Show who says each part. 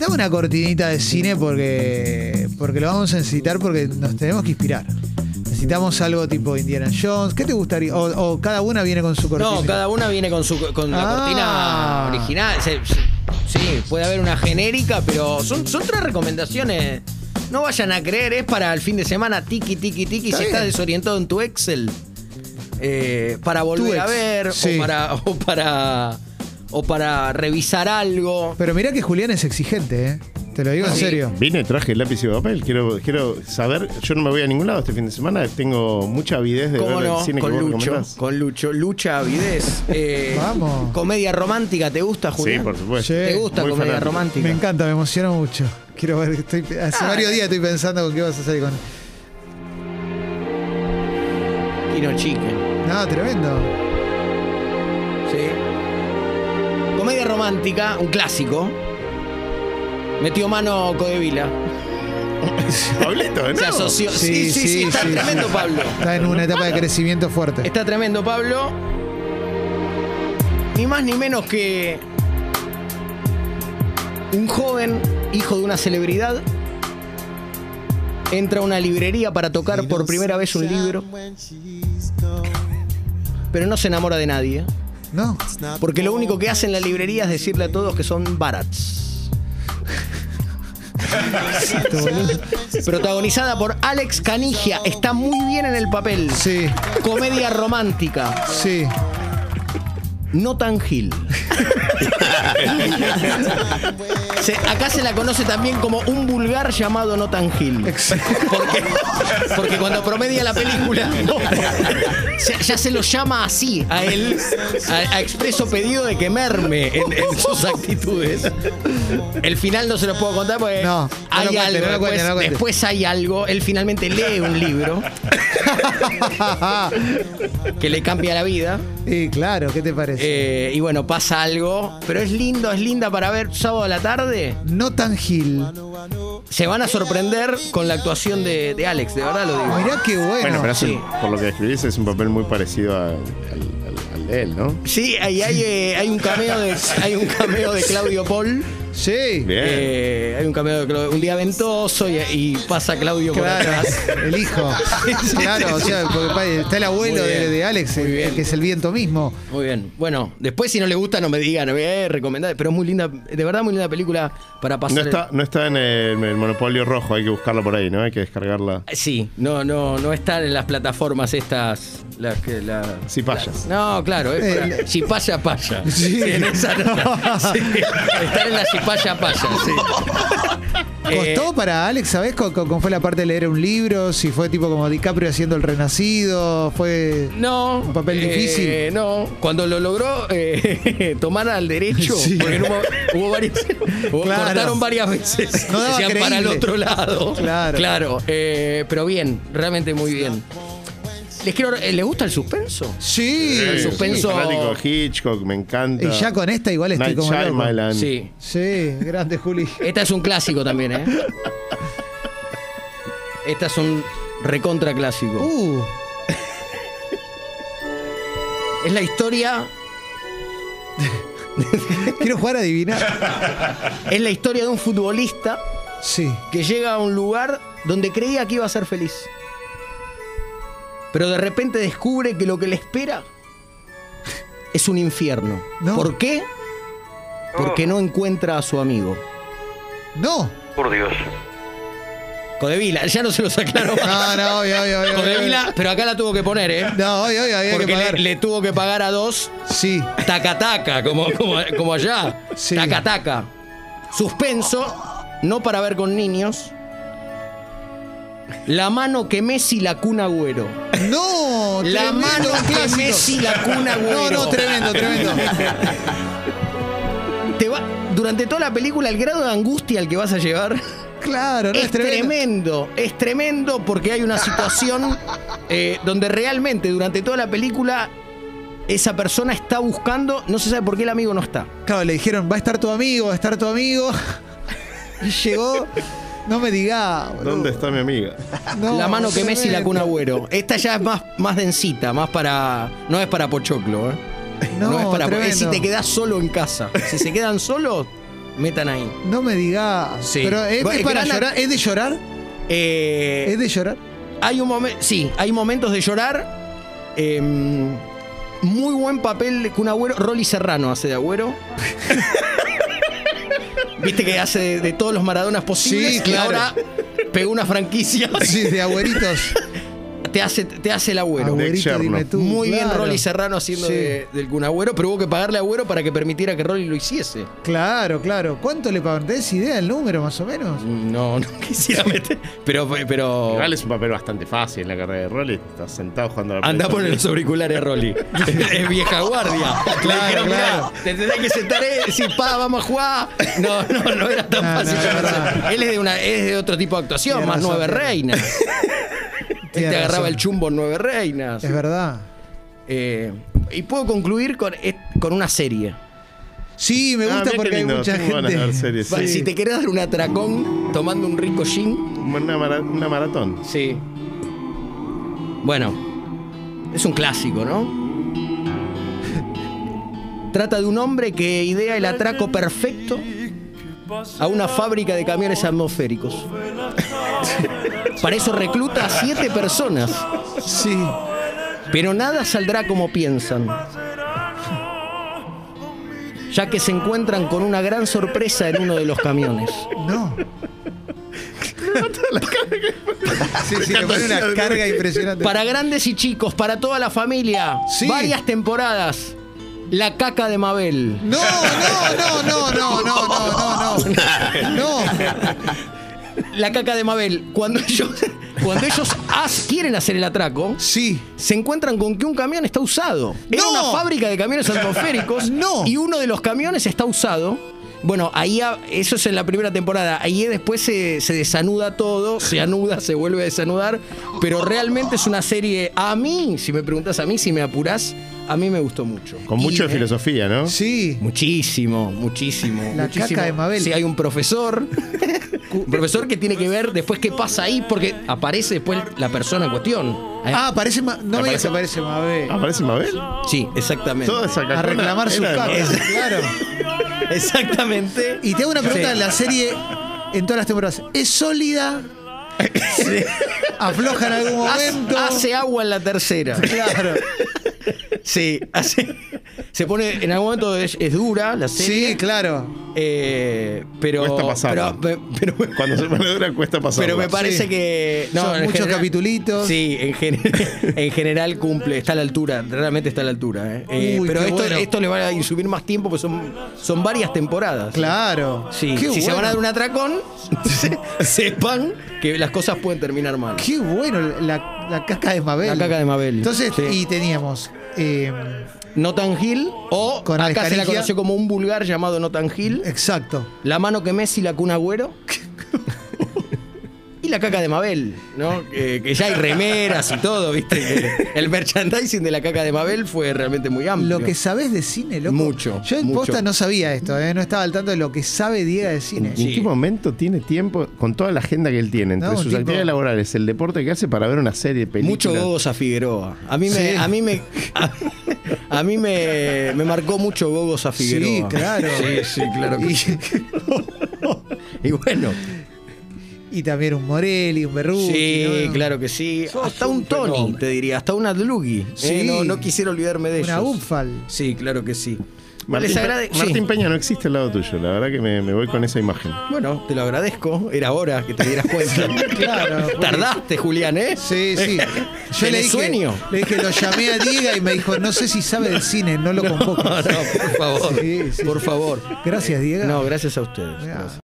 Speaker 1: Hagamos una cortinita de cine porque, porque lo vamos a necesitar porque nos tenemos que inspirar. Necesitamos algo tipo Indiana Jones. ¿Qué te gustaría? O, o cada una viene con su cortina.
Speaker 2: No, cada una viene con su con la
Speaker 1: Ah.
Speaker 2: cortina original. Se- se- sí, puede haber una genérica, pero son, son tres recomendaciones. No vayan a creer, es para el fin de semana, tiki, tiki, tiki.
Speaker 1: Está
Speaker 2: si estás
Speaker 1: bien.
Speaker 2: desorientado en tu Excel, eh, para volver
Speaker 1: Tu
Speaker 2: a
Speaker 1: ex,
Speaker 2: ver,
Speaker 1: sí.
Speaker 2: o para. o para. o para revisar algo.
Speaker 1: Pero mirá que Julián es exigente, ¿eh? Te lo digo en
Speaker 2: Sí.
Speaker 1: serio.
Speaker 3: Vine, traje lápiz y papel. Quiero, quiero saber. Yo no me voy a ningún lado este fin de semana. Tengo mucha avidez de
Speaker 2: ¿Cómo
Speaker 3: ver
Speaker 2: no?
Speaker 3: eh, el cine que
Speaker 2: Con
Speaker 3: vos
Speaker 2: Lucho,
Speaker 3: recomendás.
Speaker 2: con Lucho, Lucha Avidez. Eh,
Speaker 1: Vamos.
Speaker 2: Comedia romántica, ¿te gusta,
Speaker 3: Sí,
Speaker 2: Julián?
Speaker 3: por supuesto.
Speaker 1: Sí.
Speaker 2: ¿Te gusta
Speaker 3: Muy
Speaker 2: comedia
Speaker 3: fanático.
Speaker 2: romántica?
Speaker 1: Me encanta, me emociona mucho. Quiero ver, estoy- hace
Speaker 2: Ah.
Speaker 1: varios días estoy pensando con qué vas a hacer con.
Speaker 2: Kino Chicken.
Speaker 1: No, tremendo.
Speaker 2: Sí. Comedia romántica, un clásico. Metió mano Codevila.
Speaker 3: Pablito, ¿no?
Speaker 2: Se asoció. Sí, sí, sí, está
Speaker 1: sí,
Speaker 2: tremendo
Speaker 1: sí.
Speaker 2: Pablo.
Speaker 1: Está en una etapa de crecimiento fuerte.
Speaker 2: Está tremendo Pablo. Ni más ni menos que un joven, hijo de una celebridad, entra a una librería para tocar por primera vez un libro, pero no se enamora de nadie,
Speaker 1: No.
Speaker 2: porque lo único que hace en la librería es decirle a todos que son barats.
Speaker 1: Esto, boludo.
Speaker 2: Protagonizada por Alex Canigia. Está muy bien en el papel.
Speaker 1: Sí,
Speaker 2: Comedia romántica.
Speaker 1: sí.
Speaker 2: No tan Gil. Se- acá se la conoce también como un vulgar llamado No tan Gil.
Speaker 1: Ex-
Speaker 2: Porque, porque cuando promedia la película, no. Se- ya se lo llama así a él, a, a expreso pedido de que merme en, en sus actitudes. El final no se los puedo contar porque
Speaker 1: No, no
Speaker 2: hay
Speaker 1: lo cuente,
Speaker 2: algo.
Speaker 1: no lo cuente,
Speaker 2: después,
Speaker 1: no lo cuente.
Speaker 2: después hay algo. Él finalmente lee un libro que le cambia la vida.
Speaker 1: y claro, ¿qué te parece?
Speaker 2: Eh, y bueno, pasa algo. Pero es lindo, es linda para ver sábado a la tarde.
Speaker 1: No tan Gil.
Speaker 2: Se van a sorprender con la actuación de, de Alex, de verdad lo digo.
Speaker 1: Mirá qué bueno.
Speaker 3: Bueno, pero es un-
Speaker 2: sí.
Speaker 3: por lo que escribís es un papel muy parecido a- al, al- al de él, ¿no?
Speaker 2: Sí, ahí hay, eh, hay un cameo de hay un cameo de Claudio Paul.
Speaker 1: Sí.
Speaker 3: Bien.
Speaker 2: Eh, hay un cameo de Claudio- un día ventoso y, y pasa Claudio por
Speaker 1: Claro,
Speaker 2: atrás.
Speaker 1: el hijo. Claro, o sea, porque pa- está el abuelo
Speaker 2: Muy
Speaker 1: de,
Speaker 2: bien,
Speaker 1: de Alex,
Speaker 2: muy
Speaker 1: el-
Speaker 2: bien.
Speaker 1: que es el viento mismo.
Speaker 2: Muy bien. Bueno, después si no le gusta no me digan, eh, recomendad, pero es muy linda, de verdad muy linda película para pasar.
Speaker 3: No
Speaker 2: el-
Speaker 3: está, no está en el, el monopolio rojo, hay que buscarla por ahí, ¿no? Hay que descargarla.
Speaker 2: Sí, no, no, no están en las plataformas estas, las que la-
Speaker 3: Si payas.
Speaker 2: No, claro, es para-
Speaker 1: El-
Speaker 2: si paya, paya.
Speaker 1: Eh, Sí.
Speaker 2: en esa no está. Sí, Estar en la si paya, paya, sí. Eh,
Speaker 1: ¿Costó para Alex, sabes cómo, cómo fue la parte de leer un libro? Si fue tipo como DiCaprio haciendo el renacido, fue...
Speaker 2: No.
Speaker 1: Un papel
Speaker 2: eh,
Speaker 1: difícil.
Speaker 2: No. Cuando lo logró eh, tomar al derecho,
Speaker 1: Sí.
Speaker 2: porque en un mo- hubo varias. hubo-
Speaker 1: Claro.
Speaker 2: Cortaron varias veces.
Speaker 1: No daba
Speaker 2: decían,
Speaker 1: creíble.
Speaker 2: para el otro lado.
Speaker 1: Claro.
Speaker 2: Claro. eh, pero bien, realmente muy bien. ¿Les, quiero, eh, ¿les gusta el suspenso?
Speaker 1: Sí.
Speaker 3: Eh,
Speaker 2: el suspenso-
Speaker 3: soy fanático de Hitchcock, me encanta.
Speaker 1: Y ya con esta igual estoy
Speaker 3: Night
Speaker 1: como loco.
Speaker 3: Shyamalan.
Speaker 2: Sí.
Speaker 1: Sí, grande Juli.
Speaker 2: Esta es un clásico también, ¿eh? Esta es un recontra clásico.
Speaker 1: Uh,
Speaker 2: Es la historia.
Speaker 1: quiero jugar a adivinar.
Speaker 2: Es la historia de un futbolista
Speaker 1: Sí.
Speaker 2: que llega a un lugar donde creía que iba a ser feliz. Pero de repente descubre que lo que le espera es un infierno.
Speaker 1: No.
Speaker 2: ¿Por qué? Porque no encuentra a su amigo.
Speaker 1: No.
Speaker 4: Por Dios.
Speaker 2: Codevila, ya no se los aclaro
Speaker 1: No,
Speaker 2: más.
Speaker 1: no, obvio, obvio, obvio.
Speaker 2: Codevila, pero acá la tuvo que poner, ¿eh?
Speaker 1: No, obvio, obvio, había
Speaker 2: Porque
Speaker 1: que
Speaker 2: le,
Speaker 1: pagar.
Speaker 2: le tuvo que pagar a dos
Speaker 1: Sí.
Speaker 2: taca-taca, como, como, como allá.
Speaker 1: Sí.
Speaker 2: Taca-taca. Suspenso, no para ver con niños. La mano que Messi la cuna agüero.
Speaker 1: No.
Speaker 2: La
Speaker 1: Oh, tremendo
Speaker 2: mano que
Speaker 1: clásico.
Speaker 2: Messi la cuna
Speaker 1: No,
Speaker 2: agüero.
Speaker 1: no, tremendo, tremendo.
Speaker 2: Te va- durante toda la película, el grado de angustia al que vas a llevar
Speaker 1: Claro, no es,
Speaker 2: es tremendo. Es tremendo porque hay una situación eh, donde realmente durante toda la película esa persona está buscando, no se sabe por qué el amigo no está.
Speaker 1: Claro, le dijeron, va a estar tu amigo, va a estar tu amigo. Y llegó. No me diga. boludo.
Speaker 3: ¿Dónde está mi amiga?
Speaker 1: No,
Speaker 2: la mano que Messi la
Speaker 1: tremendo.
Speaker 2: cuna agüero. Esta ya es más, más densita, más para. No es para Pochoclo, ¿eh?
Speaker 1: No,
Speaker 2: es para
Speaker 1: tremendo.
Speaker 2: Es si te quedas solo en casa. Si se quedan solos, metan ahí.
Speaker 1: No me digas.
Speaker 2: Sí.
Speaker 1: Pero es,
Speaker 2: Bueno,
Speaker 1: es para
Speaker 2: gran-
Speaker 1: llorar. ¿Es de llorar?
Speaker 2: Eh,
Speaker 1: ¿Es de llorar?
Speaker 2: Hay un momento. Sí, hay momentos de llorar. Em, muy buen papel de Kun Agüero. Rolly Serrano hace de Agüero. Viste que hace de, de todos los Maradonas posibles.
Speaker 1: Sí,
Speaker 2: Y
Speaker 1: claro.
Speaker 2: ahora pegó una franquicia.
Speaker 1: Sí, de abuelitos.
Speaker 2: Te, hace, te hace el Agüero.
Speaker 3: Agüero.
Speaker 1: Abuelito,
Speaker 3: Externo.
Speaker 1: dime tú.
Speaker 2: Muy bien
Speaker 1: claro.
Speaker 2: Rolly Serrano haciendo
Speaker 1: Sí.
Speaker 2: de- del Kun Agüero, pero hubo que pagarle a Agüero para que permitiera que Rolly lo hiciese.
Speaker 1: Claro, claro. ¿Cuánto le pagan? ¿Tenés idea del número, más o menos?
Speaker 2: No, no quisiera meter. Pero, pero
Speaker 3: Igual es un papel bastante fácil en la carrera de Rolly. Estás sentado jugando a la
Speaker 2: Anda a
Speaker 3: pelota.
Speaker 2: poner los auriculares a Rolly. es vieja guardia.
Speaker 1: Claro,
Speaker 2: Claro,
Speaker 1: claro.
Speaker 2: Te tendrás que sentar eh, decir, pa, vamos a jugar. No, no, no era tan
Speaker 1: No, no,
Speaker 2: fácil.
Speaker 1: es verdad.
Speaker 2: Él es de, una, es de otro tipo de actuación,
Speaker 1: Tiene
Speaker 2: más
Speaker 1: razón,
Speaker 2: nueve
Speaker 1: tiene-
Speaker 2: reinas. Él
Speaker 1: Tiene
Speaker 2: te agarraba
Speaker 1: razón.
Speaker 2: el chumbo en nueve reinas.
Speaker 1: Es verdad.
Speaker 2: Eh, y puedo concluir con, est- con una serie.
Speaker 1: Sí, me
Speaker 3: Ah,
Speaker 1: gusta
Speaker 3: mirá qué
Speaker 1: porque hay
Speaker 3: lindo,
Speaker 1: mucha
Speaker 3: tengo ganas de ver
Speaker 1: gente.
Speaker 3: series.
Speaker 1: Sí.
Speaker 2: Si te querés dar un atracón tomando un rico gin.
Speaker 3: Una, mara- una maratón.
Speaker 2: Sí. Bueno, es un clásico, ¿no? Trata de un hombre que idea el atraco perfecto a una fábrica de camiones atmosféricos. Para eso recluta a siete personas,
Speaker 1: Sí.
Speaker 2: pero nada saldrá como piensan. Ya que se encuentran con una gran sorpresa en uno de los camiones.
Speaker 1: No. sí, sí, le pone una carga impresionante.
Speaker 2: Para grandes y chicos, para toda la familia.
Speaker 1: Sí.
Speaker 2: Varias temporadas. La caca de Mabel.
Speaker 1: No, no, no, no, no, no, no, no, no. No.
Speaker 2: La caca de Mabel. Cuando ellos, cuando ellos haz- quieren hacer el atraco,
Speaker 1: Sí.
Speaker 2: se encuentran con que un camión está usado. Era
Speaker 1: ¡No!
Speaker 2: una fábrica de camiones atmosféricos.
Speaker 1: ¡No!
Speaker 2: Y uno de los camiones está usado. Bueno, ahí a- eso es en la primera temporada. Ahí después se, se desanuda todo, se anuda, se vuelve a desanudar. Pero realmente es una serie. A mí, si me preguntas a mí, si me apurás, a mí me gustó mucho.
Speaker 3: Con
Speaker 2: Y-
Speaker 3: mucho de
Speaker 2: eh,
Speaker 3: filosofía, ¿no?
Speaker 1: Sí.
Speaker 2: Muchísimo, muchísimo.
Speaker 1: La
Speaker 2: muchísimo.
Speaker 1: caca de Mabel.
Speaker 2: Sí, hay un profesor. un profesor que tiene que ver después qué pasa ahí, porque aparece después la persona en cuestión.
Speaker 1: Ah, parece. Ma- No me digas que parece Mabel.
Speaker 3: ¿Aparece Mabel?
Speaker 1: Ah.
Speaker 2: sí, exactamente.
Speaker 3: Toda esa cacona
Speaker 1: A reclamar
Speaker 3: era
Speaker 1: sus
Speaker 3: de
Speaker 1: cargas.
Speaker 3: Mabel.
Speaker 1: Claro.
Speaker 2: Exactamente.
Speaker 1: Y te hago una pregunta:
Speaker 2: Sí.
Speaker 1: la serie en todas las temporadas, ¿es sólida? ¿Afloja en algún momento?
Speaker 2: Hace agua en la tercera.
Speaker 1: Claro.
Speaker 2: Sí, hace- se pone, en algún momento es, es dura la serie,
Speaker 1: Sí, claro.
Speaker 2: eh, pero,
Speaker 3: Cuesta pasarla.
Speaker 2: pero, pero,
Speaker 3: Cuando se pone dura cuesta pasar.
Speaker 2: Pero me parece
Speaker 1: Sí.
Speaker 2: que.
Speaker 1: Son
Speaker 2: en
Speaker 1: muchos capitulitos.
Speaker 2: Sí, en, gen- en general cumple, está a la altura, realmente está a la altura. ¿eh? Eh,
Speaker 1: Uy,
Speaker 2: pero
Speaker 1: qué
Speaker 2: esto,
Speaker 1: bueno.
Speaker 2: esto le va a ir subir más tiempo porque son, son varias temporadas.
Speaker 1: Claro.
Speaker 2: Sí, si
Speaker 1: Qué
Speaker 2: se van a
Speaker 1: bueno.
Speaker 2: dar un atracón, sepan que las cosas pueden terminar mal.
Speaker 1: Qué bueno, la, la caca de Mabel.
Speaker 2: La caca de Mabel.
Speaker 1: Entonces,
Speaker 2: Sí.
Speaker 1: y teníamos. eh,
Speaker 2: Notan Hill o
Speaker 1: Con Alex
Speaker 2: acá se la
Speaker 1: Canigia.
Speaker 2: conoció como un vulgar llamado Notan Hill.
Speaker 1: exacto.
Speaker 2: La mano que Messi la cuna agüero. Y la caca de Mabel, ¿no? Que, que ya hay remeras y todo, ¿viste? Que El merchandising de la caca de Mabel fue realmente muy amplio.
Speaker 1: Lo que sabes de cine, loco.
Speaker 2: Mucho,
Speaker 1: Yo en
Speaker 2: mucho.
Speaker 1: posta no sabía esto, ¿eh? no estaba al tanto de lo que sabe Diego de cine.
Speaker 3: ¿En qué momento tiene tiempo, con toda la agenda que él tiene, entre
Speaker 1: No, un
Speaker 3: sus
Speaker 1: tipo-
Speaker 3: actividades laborales, el deporte que hace para ver una serie, película?
Speaker 2: Mucho Gogos a Figueroa. A mí me,
Speaker 1: Sí.
Speaker 2: a mí me, a, a mí me, me marcó mucho Gogos a Figueroa.
Speaker 1: Sí, claro.
Speaker 2: Sí, sí, claro que sí. Y bueno,
Speaker 1: Y también un Morelli, un Berruti.
Speaker 2: sí,
Speaker 1: ¿no?
Speaker 2: claro que sí. Hasta un, Tony, te diría, hasta una Dlugi.
Speaker 1: Sí.
Speaker 2: No, no quisiera olvidarme de
Speaker 1: Una
Speaker 2: ellos.
Speaker 1: Ufal.
Speaker 2: Sí, claro que sí.
Speaker 3: Martín,
Speaker 2: Les agrade-
Speaker 3: Martín
Speaker 2: sí.
Speaker 3: Peña no existe al lado tuyo, la verdad que me, me voy con esa imagen.
Speaker 2: Bueno, te lo agradezco. Era hora que te dieras cuenta.
Speaker 1: claro, Juli.
Speaker 2: Tardaste, Julián, ¿eh?
Speaker 1: Sí, sí. Yo
Speaker 2: ¿Tenés
Speaker 1: le dije,
Speaker 2: sueño?
Speaker 1: le dije, lo llamé a Diego y me dijo, no sé si sabe de cine, no lo convoco.
Speaker 2: No, no, por favor.
Speaker 1: Sí, sí.
Speaker 2: Por favor.
Speaker 1: Gracias, Diego.
Speaker 2: No, gracias a ustedes.
Speaker 1: Mirá.
Speaker 2: Gracias.